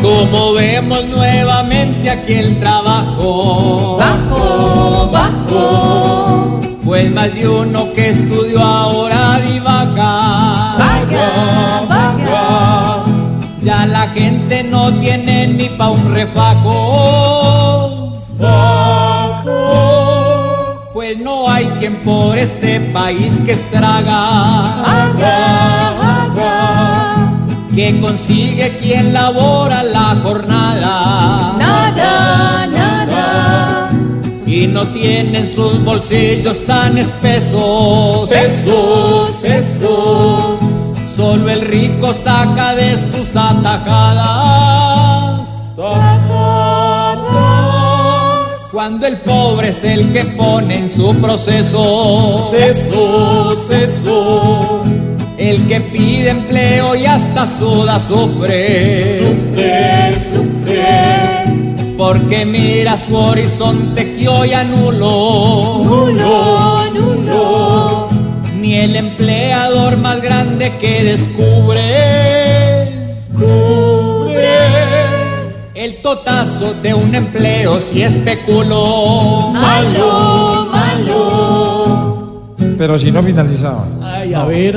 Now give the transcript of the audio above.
movemos nuevamente aquí el trabajo. Bajo, bajo, Pues más de uno que estudió ahora divaga. Vaga, vaga. Ya la gente no tiene ni pa' un refaco. Pues no hay quien por este país que estraga. vaga, vaga. Que consigue quien labora la jornada. Nada, nada. y no tienen sus bolsillos tan espesos. Pesos, pesos. Solo el rico saca de sus atajadas. Cuando el pobre es el que pone en su proceso. Pesos, pesos. El que pide empleo y hasta suda sufre. Sufre, sufre. Porque mira su horizonte que hoy anuló. Nulo, nulo. Ni el empleador más grande que descubre. Cubre. El totazo de un empleo si especuló. Malo, malo. Pero si no finalizaba. Ay, a ver.